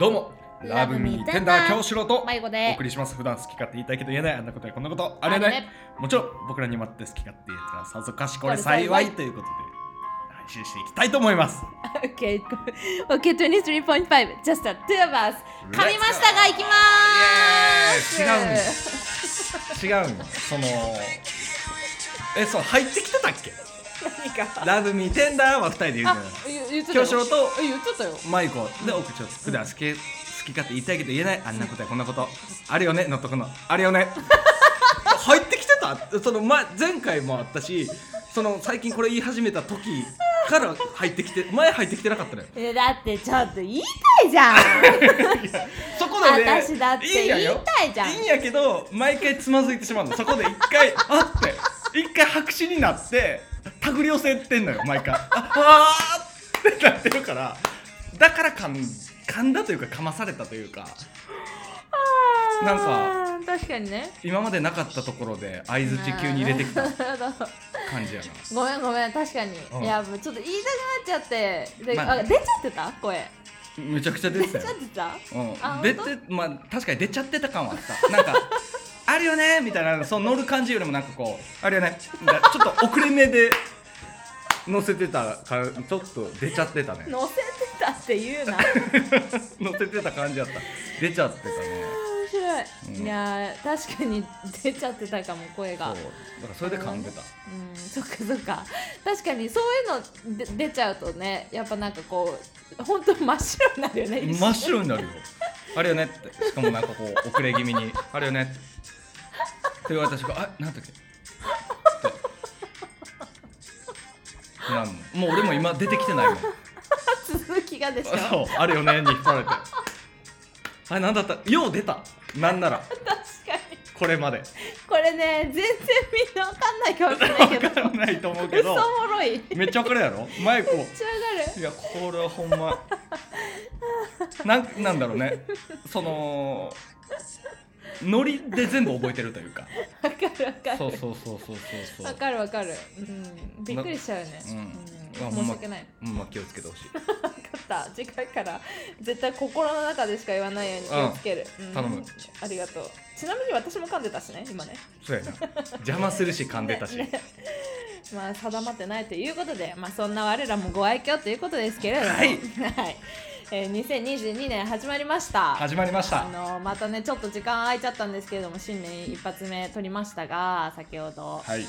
どうもラブミーテンダー京志郎と迷子おで送りします普段好き勝手言いたいけど言えないあんなことやこんなことあれねねもちろん僕らに待って好き勝手言ったらさぞかしこれ幸いということで配信していきたいと思います OK OK 23.5 just the two of us 噛みましたが行きまーすイエー イ違うんです違うんですそのえそう入ってきてたっけ何かラブミーテンダーは2人で言うじゃあない言言ってた京よ志郎とえ言ってたよマイコで奥ちょっと普段好き好き勝手言いたいけど言えないあんなことやこんなことあるよねのっとくのあるよ ね入ってきてたその前前回もあったしその最近これ言い始めた時から入ってきて前入ってきてなかったのよえだってちょっと言いたいじゃんそこでね私だってんやよ言いたいじゃんいいんやけど毎回つまずいてしまうのそこで一回 あって一回白紙になって手繰り寄せてんのよ毎回ああーってなってるからだから噛ん噛んだというか噛まされたというか なんかあー確かにね今までなかったところで相づち急に入れてきた感じやな ごめんごめん確かに、うんいやもうちょっと言いたくなっちゃってで、まああ、出ちゃってた声めちゃくちゃ出出てちゃたっよて、たあうん、本出て当まあ確かに出ちゃってた感はあったなんかあるよねみたいなそう乗る感じよりもなんかこうあるよねみたいなちょっと遅れ目で乗せてたかちょっと出ちゃってた ね乗せてたって言うな乗せてた感じやった出ちゃってたね面白い、うんいやー確かに出ちゃってたかも声そうがだからそれで噛んでたうんそっかそっか確かにそういうので出ちゃうとねやっぱなんかこう本当真っ白になるよね一瞬真っ白になるよあるよねってしかもなんかこう遅れ気味にあるよねって言われた瞬間あなんだっけってなんのもう俺も今出てきてないもん続きがでしょそう、あるよねに引っ張られて。あれ、なんだったよう出た。なんなら、確かにこれまで。これね全然みんなわかんないかもしれないけわどかんないと思うけど嘘お、もろいめっめっちゃわかるやろマイコ。ちゃ上がるいや、これはほんま。なんなんだろうね。その、ノリで全部覚えてるというか。わかるわかるそうそうそうそうそうそわう。かるわかる、うん、びっくりしちゃうよね、うんうんあほん申しま訳ないうん、まあ、気をつけてほしい。分かった次回から絶対心の中でしか言わないように気をつける、うん頼むありがとうちなみに私も噛んでたしね今ねそうやな。邪魔するし、噛んでたし。ねねまあ定まってないということで、まあ、そんな我らもご愛嬌ということですけれども、はいはいえー2022年始まりました始まりましあた。のまたねちょっと時間空いちゃったんですけれども新年一発目撮りましたが先ほど、はい。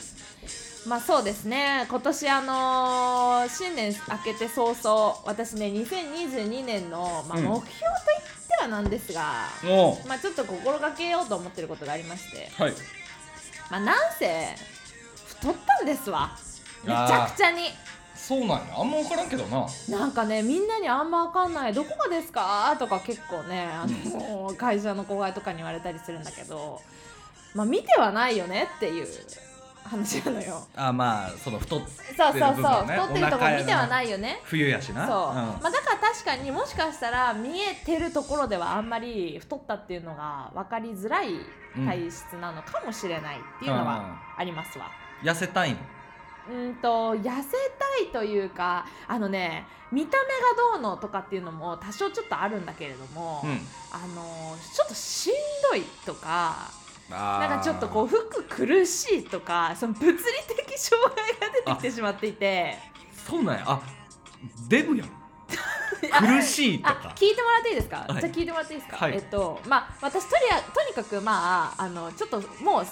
まあそうですね今年あのー新年明けて早々私ね2022年の、まあ、うん目標といってはなんですが、おう。まあちょっと心がけようと思ってることがありましてはい。まあなんせ太ったんですわめちゃくちゃにそうなんや。あんま分からんけどな。なんかねみんなにあんまわかんないどこがですかとか結構ねあの、会社の後輩とかに言われたりするんだけどまあ見てはないよねっていう話な のよあまあその太っそうそうそう、部分ね太ってるとこ見てはないよね冬やしそう、なまあ、だから確かにもしかしたら見えてるところではあんまり太ったっていうのが分かりづらい体質なのかもしれないっていうのはありますわ。うん、痩せたいのうんと痩せたいというかあのね見た目がどうのとかっていうのも多少ちょっとあるんだけれども、うんあのちょっとしんどいとかあーなんかちょっとこう服苦しいとかその物理的障害が出てきてしまっていてそうなんやあデブやんあ苦しいとあか聞いてもらっていいですか、はいじゃあ聞いてもらっていいですか、はいえっとまあ私とりあとにかくまああのちょっともう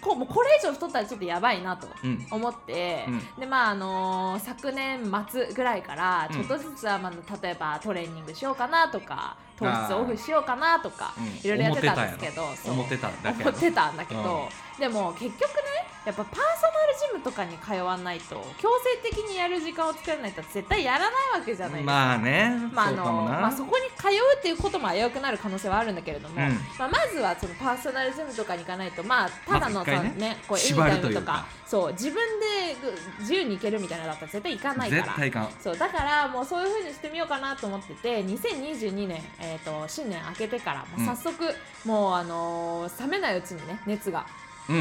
こうもうこれ以上太ったらちょっとやばいなとうん思って、うんでまああのー昨年末ぐらいからうんちょっとずつは、まあ、例えばトレーニングしようかなとか糖質オフしようかなとかうんいろいろやってたんですけどそう思ってたんやろ思ってただけや思ってろたんだけど、でも結局ねやっぱパーソナルジムとかに通わないと強制的にやる時間を作らないと絶対やらないわけじゃないですか。まあね、まああそうのかもな、まあ、そこに通うっていうことも危うくなる可能性はあるんだけれども、うんまあ、まずはそのパーソナルジムとかに行かないと、まあ、ただまのそず一の、回ねねこうエニ縛タるイとムいうかとかそう自分でぐ自由に行けるみたいなのだったら絶対行かないから絶。対いかんそうだからもうそういう風にしてみようかなと思ってて2022年、えー、と新年明けてからもう早速、もうあのー冷めないうちにね熱があの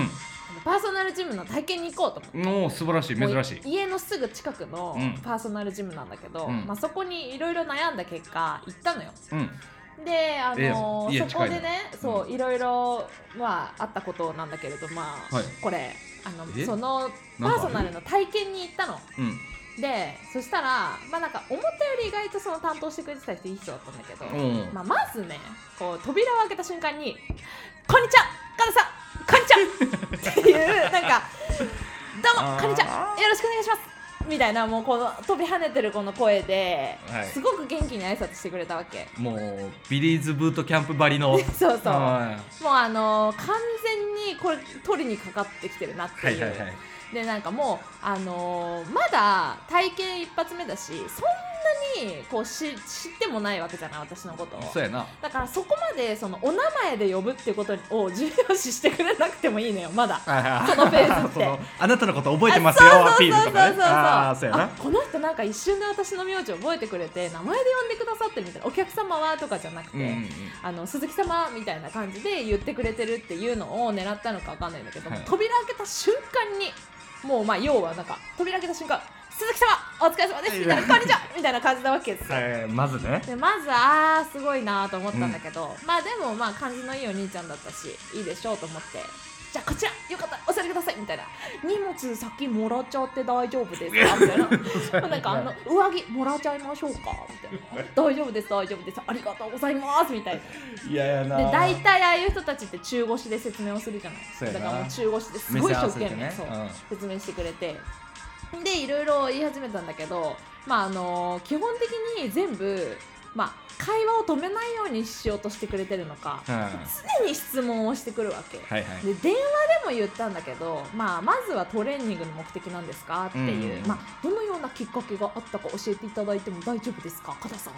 パーソナルジムの体験に行こうと思ってうんもう素晴らしい珍しいもう家のすぐ近くのうんパーソナルジムなんだけど、うんまあ、そこにいろいろ悩んだ結果行ったのようんであええやんの家そこ近いでなねそう、ういろいろまああったことなんだけれどまあ、はいこれあのえそのパなんかーあるソナルの体験に行ったの。うんでそしたらまあなんか思ったより意外とその担当してくれてた人いい人だったんだけど、うんまあ、まずねこう扉を開けた瞬間に「こんにちはカナさんこんにちは!」っていう なんか「どうもあーこんにちはよろしくお願いします」みたいなもうこの飛び跳ねてるこの声で、はいすごく元気に挨拶してくれたわけ。もうビリーズブートキャンプばりの そうそうはもうあのー完全にこれ取りにかかってきてるなって、いはいいうはいはいでなんかもう、あのーまだ体験一発目だしそんなにこうし知ってもないわけじゃない私のことをそうや なだからそこまでそのお名前で呼ぶってことを重要視してくれなくてもいいのよまだそのフェーズって あなたのこと覚えてますよアピールとかねああそそうそうそううやなそうそうあこの人なんか一瞬で私の名字覚えてくれて名前で呼んでくださってるみたいなお客様はとかじゃなくて、うんうんうんあの鈴木様みたいな感じで言ってくれてるっていうのを狙ったのかわかんないんだけど、はい扉開けた瞬間にもうまあ要はなんか扉開けた瞬間「鈴木様お疲れ様です」みたいな「こんにちは」 みたいな感じなわけですよ。えーまずねでまずあーすごいなーと思ったんだけど、まあでもまあ感じのいいお兄ちゃんだったしいいでしょうと思ってじゃあこちらよかったらお座りくださいみたいな荷物先もらっちゃって大丈夫です かみたいななんかあの上着もらっちゃいましょうかみたいな大丈夫です大丈夫ですありがとうございますみたいな嫌やなで大体ああいう人たちって中腰で説明をするじゃないそうやだなからもう中腰ですごい一生懸目命、線合わせてねそううん説明してくれてでいろいろ言い始めたんだけど、まああの基本的に全部、まあ、会話を止めないようにしようとしてくれてるのか、うん常に質問をしてくるわけ、はいはいで電話でも言ったんだけど、まあ、まずはトレーニングの目的なんですかっていう、うんまあ、どのようなきっかけがあったか教えていただいても大丈夫ですか加田 さん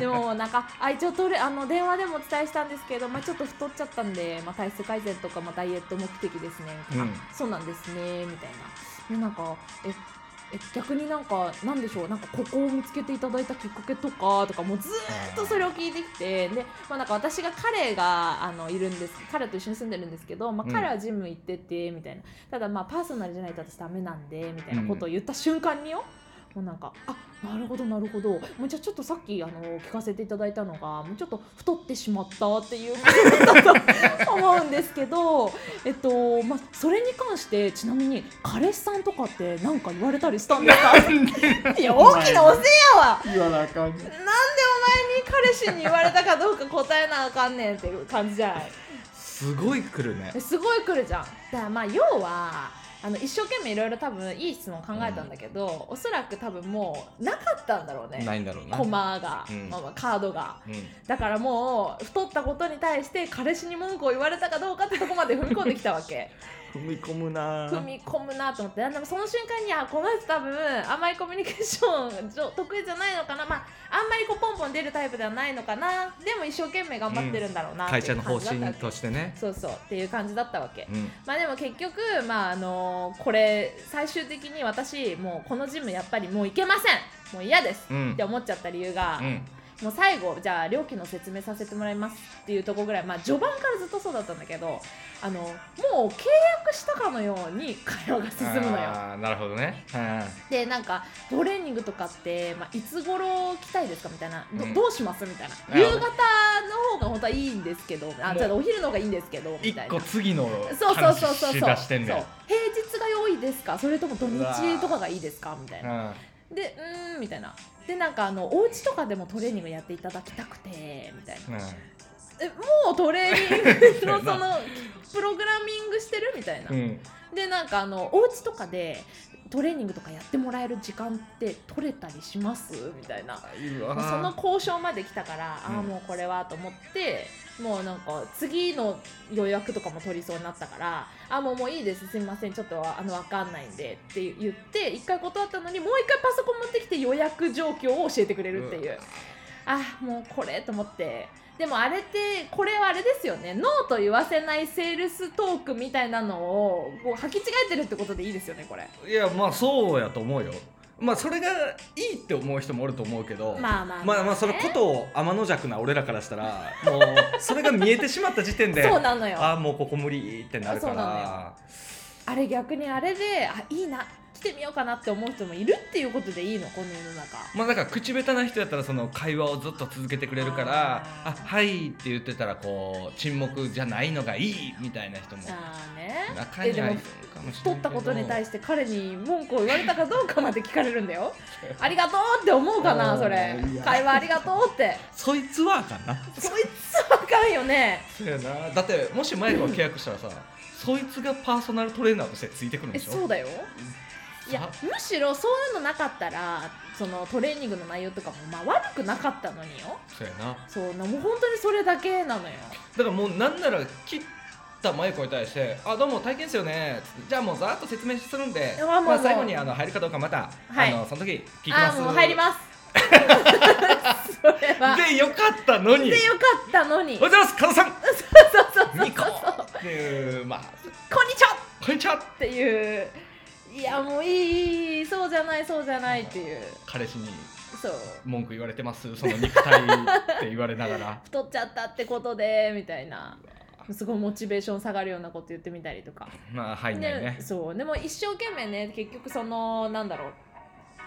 でもなんかあ一応トレあの電話でもお伝えしたんですけど、まあ、ちょっと太っちゃったんで、まあ、体質改善とか、まあ、ダイエット目的ですねみたいな、うんそうなんですねみたいなでなんかええ逆になんかなんでしょうなんかここを見つけていただいたきっかけとかとかもうずーっとずっとそれを聞いてきてで、まあ、なんか私が彼があのいるんです彼と一緒に住んでるんですけど、まうんあ、彼はジム行っててみたいな、ただまあパーソナルじゃないと私ダメなんでみたいなことを言った瞬間によ、もうなんかあなるほどなるほどもうじゃあちょっとさっきあの聞かせていただいたのがもうちょっと太ってしまったっていう ことだと思うんですけど、えっとまあ、それに関してちなみに彼氏さんとかって何か言われたりしたんで す かいや大きなお世話は言わなあかんなんでお前に彼氏に言われたかどうか答えなあかんねんっていう感じじゃないすごい来るねすごい来るじゃんだからまあ要はあの一生懸命いろいろ多分いい質問考えたんだけど、おそらく多分もうなかったんだろうねいんだろうコマが、うんまあまあカードがうんだからもう太ったことに対して彼氏に文句を言われたかどうかってとこまで踏み込んできたわけ踏み込むな踏み込むなと思ってでもその瞬間にあこの人多分あんまりコミュニケーション上得意じゃないのかな、まあ、あんまりこうポンポン出るタイプではないのかなでも一生懸命頑張ってるんだろうなって会いう社の方針感じだったとわしてねけ。そうそうっていう感じだったわけ、うんまあでも結局、まああのこれ最終的に私もうこのジムやっぱりもう行けませんもう嫌ですうっんて思っちゃった理由が、うんもう最後じゃあ料金の説明させてもらいますっていうところぐらいまあ序盤からずっとそうだったんだけどあのもう契約したかのように会話が進むのよあーなるほどねうんでなんかトレーニングとかって、まあ、いつ頃来たいですかみたいなど,、うんどうしますみたいなあー夕方の方が本当はいいんですけどあもうじゃあお昼の方がいいんですけどみ一たいな個次のそうそうそうそうそ話しうそう出そしうてん平日ねんが良いですかそれとも土日とかがいいですかみたいなうんでうーんみたいなでなんかあのお家とかでもトレーニングやっていただきたくてみたいなえもうトレーニングのそのプログラミングしてるみたいな、うんうんでなんかあのお家とかでトレーニングとかやってもらえる時間って取れたりしますみたいなうわもうその交渉まで来たから、うんああもうこれはと思ってもうなんか次の予約とかも取りそうになったからあーもうもういいですすいませんちょっとあの分かんないんでって言って一回断ったのにもう一回パソコン持ってきて予約状況を教えてくれるっていう、あーもうこれと思って。でもあれってこれはあれですよねノーと言わせないセールストークみたいなのをこう履き違えてるってことでいいですよねこれいやまあそうやと思うよまあそれがいいって思う人もおると思うけどまあまあまあまあそれことを天の弱な俺らからしたらもうそれが見えてしまった時点で そうなのよああもうここ無理ってなるかそうなのらあれ逆にあれであいいな来てみようかなって思う人もいるっていうことでいいのこの世の中まあなんか口下手な人だったらその会話をずっと続けてくれるから「あーあはい」って言ってたらこう沈黙じゃないのがいいみたいな人もああね中にはいるかもしれ取なっいたことに対してして彼に文句を言われたかどうかまで聞かれるん だよありがとうって思うかなそれあーいや会話ありがとうってそいつはかなそいつわかんよね そうやなだってもしマイクが契約したらさそいつがパーソナルトレーナーとしてついてくるんえでしょそうだよいやさむしろそういうのなかったらそのトレーニングの内容とかも、まあ、悪くなかったのによそうやなそうなもう本当にそれだけなのよだからもうなんなら切ったマイコに対して「あどうも体験ですよね」つってじゃあもうざーっと説明するんで、うわもうまあ、もう最後にあの入るかどうかまた、はいあのその時聞きまあすあもう入 りますそれはでよかったのにでよかったのにおはようございます加藤さんそうそうそうニコっていうまあこんにちはこんにちはっていういやもういいいいそうじゃないそうじゃないっていう彼氏にそう文句言われてますその肉体って言われながら太っちゃったってことでみたいなすごいモチベーション下がるようなこと言ってみたりとかまあ入んないねでそうでも一生懸命ね結局そのなんだろう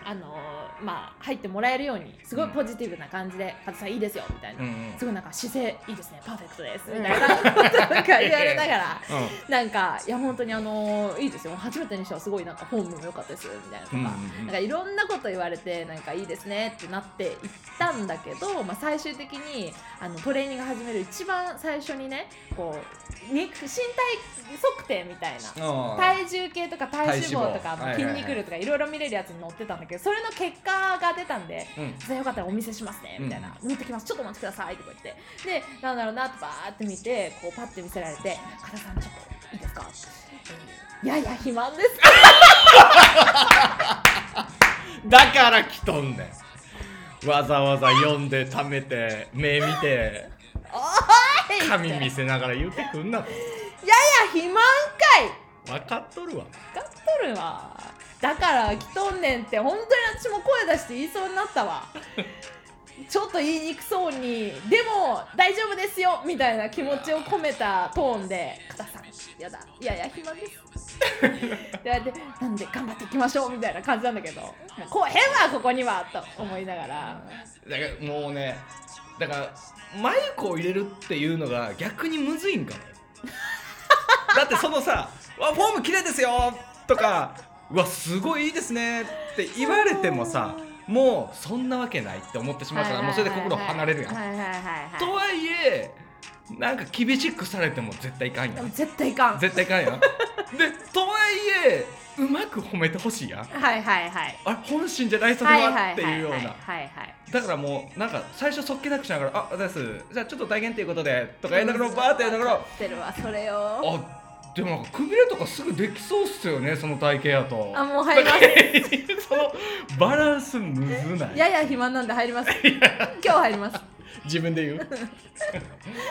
あのーまあ入ってもらえるようにすごいポジティブな感じで「カズさんいいですよ」みたいな、うんうんすごいなんか姿勢いいですねパーフェクトですみたいなことなんか言われながらうんなんかいや本当にあのーいいですよ初めてにしてはすごいなんかフォームも良かったですみたいなとか、うんうんうんなんかいろんなこと言われてなんかいいですねってなっていったんだけど、まあ、最終的にあのトレーニング始める一番最初にねこう肉身体測定みたいなうん体重計とか体脂肪と体か脂肪はいはい筋はい肉量とかいろいろ見れるやつに載ってたんだけどそれの結果が出たんで。うんじゃあよかったらお見せしますねみたいな、持ってきますちょっとお待ちくださいとか言ってでなんだろうなってバーって見てこうパッて見せられて「片さんちょっといいですか?えー」やや肥満です」だから来とんねんわざわざ読んで貯めて目見ておーい髪見せせながら言ってくんなやや肥満かい分かっとるわガっとるわだから来とんねんって本当に私も声出して言いそうになったわちょっと言いにくそうにでも大丈夫ですよみたいな気持ちを込めたトーンで「片さんやだいやいや暇です」って言われて「なんで頑張っていきましょう」みたいな感じなんだけどもうこう変わここにはと思いながらだからもうねだからマイクを入れるっていうのが逆にむずいんか もよだってそのさ「わフォーム綺麗ですよ」とか「うわすごいいいですね」って言われてもさもうそんなわけないって思ってしまうからもうそれで心離れるやん。はいはいはいはいとはいえなんか厳しくされても絶対いかんでやもん絶対いかんはい絶対いかんやんでとはいえうまく褒めてほしいやんはいはいあれ本心じゃないそれはいははいっていうようはいなはいはいだからもうなんか最初そっけなくしながら「ああざいますじゃあちょっと体験ということで」とかやりながらバーってやりながわらかってるわそれよあでもなんかくびれとかすぐできそうっすよねその体型やとあもう入りますす そのバランスむずないやや肥満なんで入ります今日入ります自分 で言う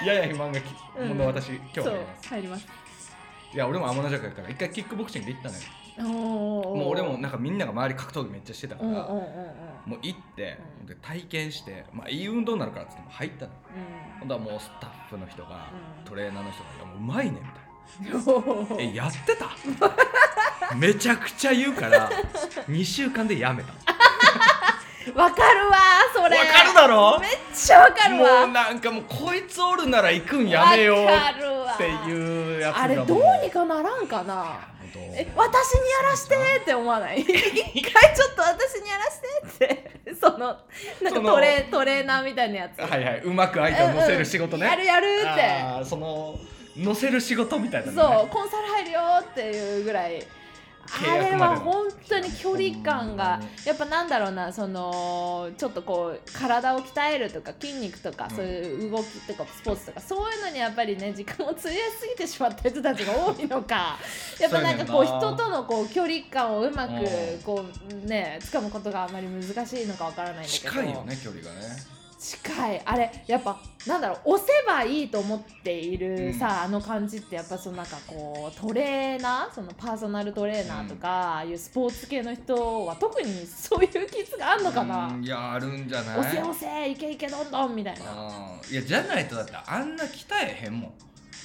いやいや肥満がき、うんもの私今日そはうやります入りますいや俺も天の弱やから一回キックボクシングで行ったのよおーおーもう俺もなんかみんなが周り格闘技めっちゃしてたかうんうんうんらうんうんもう行ってうんで体験してまあいい運動になるからっつってもう入ったのほんだらもうスタッフの人がうんトレーナーの人が「いやもううまいね」みたいなお「ーえやってた? 」 めちゃくちゃ言うから2週間でやめたわわかるわそれかるだろめっちゃわかるもわうなんかもうこいつおるなら行くんやめようわかるわっていうやつあれがどもううにかならんかなどうえ私にやらしてって思 わない一回ちょっと私にやらしてってそのなそんかのトレトレーナーみたいなやつはいはいうまく相手を乗せる仕事ね、うんうんやるやるってあーその乗せる仕事みたいなのねそうコンサル入るよっていうぐらいあ契約れまでのは本当に距離ほ感んがまにやっぱなんだろうなそのちょっとこう体を鍛えるとか筋肉とかうんそういう動きとかスポーツとかそういうのにやっぱりね時間を費やしすぎてしまった人たちが多い のかやっぱなんかこうそうやねんな人とのこう距離感をうまくうんこうね掴むことがあまり難しいのかわからないんだけど近いよね距離がね近いあれやっぱなんだろう押せばいいと思っているうんさ、あの感じってやっぱそのなんかこうトレーナーそのパーソナルトレーナーとか、ああいうスポーツ系の人は特にそういう気質があるのかな、うんいやあるんじゃない押せ押せいけいけどんどんみたいなうんいやじゃないとだってあんな鍛えへんもん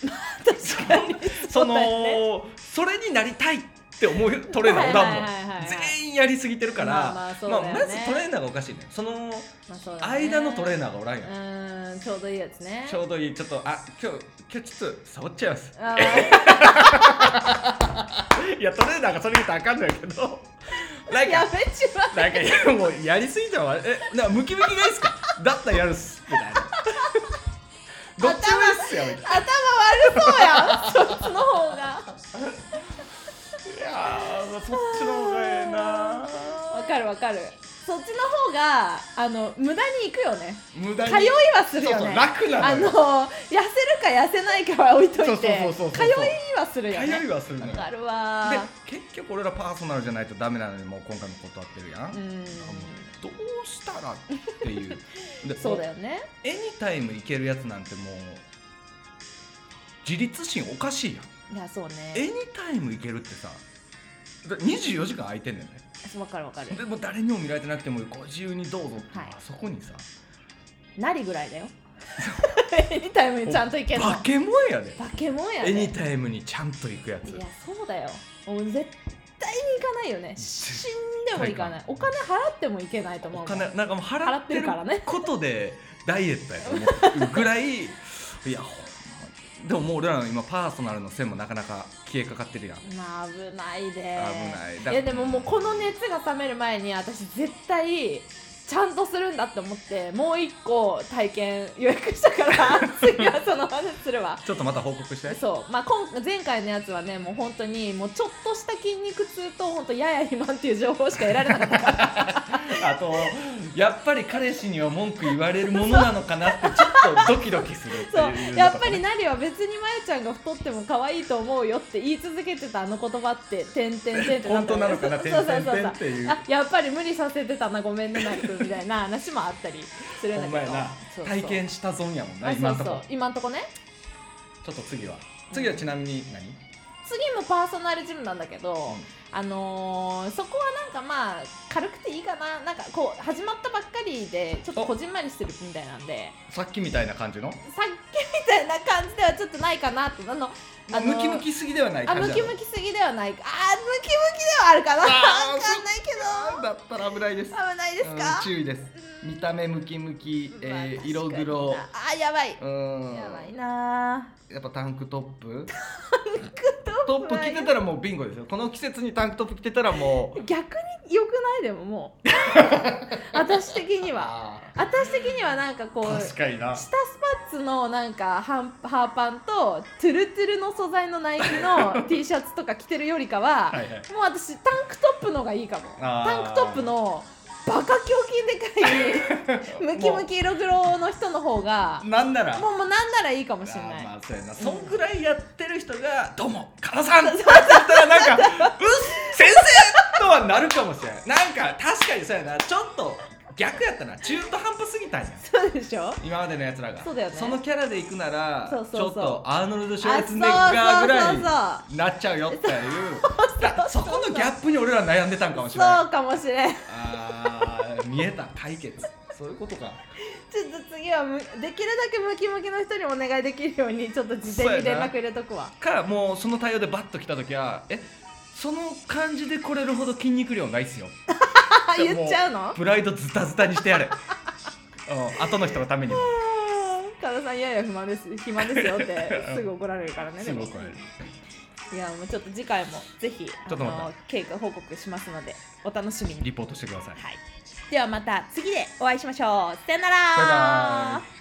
確かにそそうだよねのそれになりたいっって思うトレーナーおらんもんはいはいはいはい全員やりすぎてるから、まあまあそうだよねまずトレーナーがおかしいねそのまあそうだね間のトレーナーがおらんやん、うーんちょうどいいやつねちょうどいいちょっとあ今日今日ちょっとサボっちゃいますあいやトレーナーがそれ言うとあかんのやけ どなーんやかめち まうなんかいやもうやりすぎてはえなんかムキムキがいいっすかだったらやるっすみ たいなどっちもいいっすよみたいな頭悪そうやんそっちの方がいやーそっちの方がええなわかるわかるそっちの方があの無駄に行くよね無駄に通いはするよねそうそう楽なあのよの痩せるか痩せないかは置いといそてうそうそうそう通いはするよね通いはするのよわかるわで結局俺らパーソナルじゃないとダメなのにもう今回も断ってるやん、もううんどうしたらって いうでそうだよねエニタイムいけるやつなんてもう自立心おかしいやんいやそうエニねタイムいけるってさだ24時間空いてんだよねわかるわかるでもう誰にも見られてなくてもご自由にどうぞっていう、はいあそこにさなりぐらいだよ エニタイムにちゃんと行けんのバケモンやでバケモンやエニねタイムにちゃんと行くやついやそうだよもう絶対に行かないよね死んでも行かないお金払っても行けないと思うおもん金なんかもう払ってる払ってるからねことでダイエットやと思うぐら いいやほんまでももう俺らの今パーソナルの線もなかなか消えかかってるやんまあ危ない危でないやでももうこの熱が冷める前に私絶対ちゃんとするんだって思ってもう一個体験予約したから 次はその話するわちょっとまた報告してそうまあ今前回のやつはねもう本当にもうちょっとした筋肉痛と本当やや肥満っていう情報しか得られなかったからあとやっぱり彼氏には文句言われるものなのかなってちょっとドキドキするっていうそうやっぱりナリは別にまゆちゃんが太っても可愛いと思うよって言い続けてたあの言葉って「てんてんてん」ってな本った当よねなのかな「てんてんてん」っていうあやっぱり無理させてたなごめんねなりくんみたいな話もあったりするほんだんけまどやなそうそう体験したぞんやもんなあ今のそとうそこう今んとこねちょっと次は次はちなみに何次もパーソナルジムなんだけど、あのーそこはなんかまあ軽くていいかななんかこう始まったばっかりでちょっとこじんまりしてるみたいなんでさっきみたいな感じのさっきみたいな感じではちょっとないかなってあのあのムキムキすぎではないあ感じムなのキムキすぎではないあームキムキではあるかなあわーかんないけどだったら危ないです。危ないですか、うん注意です。見た目ムキムキ、まあえ確ー、かに色黒。なあーやばい、うん。やばいなやっぱタンクトッ プ。トップ着てたらもうビンゴですよ。この季節にタンクトップ着てたらも う。ー逆に良くないでもも う私的にはあ私的にはなんかこうー下スかになパッツのなんかハンハーパンとトゥルトゥルの素材のナイキ の T シャツとか着てるよりかははいはいもう私タンクトップのがいいかもあターンクトップのバカ胸筋で かいムキムキ色黒の人の方がなんなら。もうもうなんならいいかもしれあなーいまあそうやな。そんぐらいやってる人が、どうも、カナ さんって言ったら、なんか、うっ、先生とはなるかもしれない。なんか、確かにそうやな。ちょっと、逆やったな。中途半端すぎたんや。そうでしょ今までのやつらがそうだよねのキャラで行くならそうそうそうちょっとアーノルド・シュワルツェネッガーぐらいにあなっちゃうよっていうだそこのギャップに俺ら悩んでたんかもしれないそうかもしれんあー見えた解決そういうことかちょっと次はむできるだけムキムキの人にお願いできるようにちょっと事前に連絡入れとくわかもうその対応でバッと来た時はえその感じで来れるほど筋肉量ないっすよあ 言っちゃうのもプライドズタズタにしてや れうん後の人のためにもカ田さんいやいや不満です暇です よってすぐ怒られるからねすぐ怒られるいやもうちょっと次回もぜひょっと待ってあの経過報告しますのでお楽しみにリポートしてくださいはいではまた次でお会いしましょうさよならバイバイ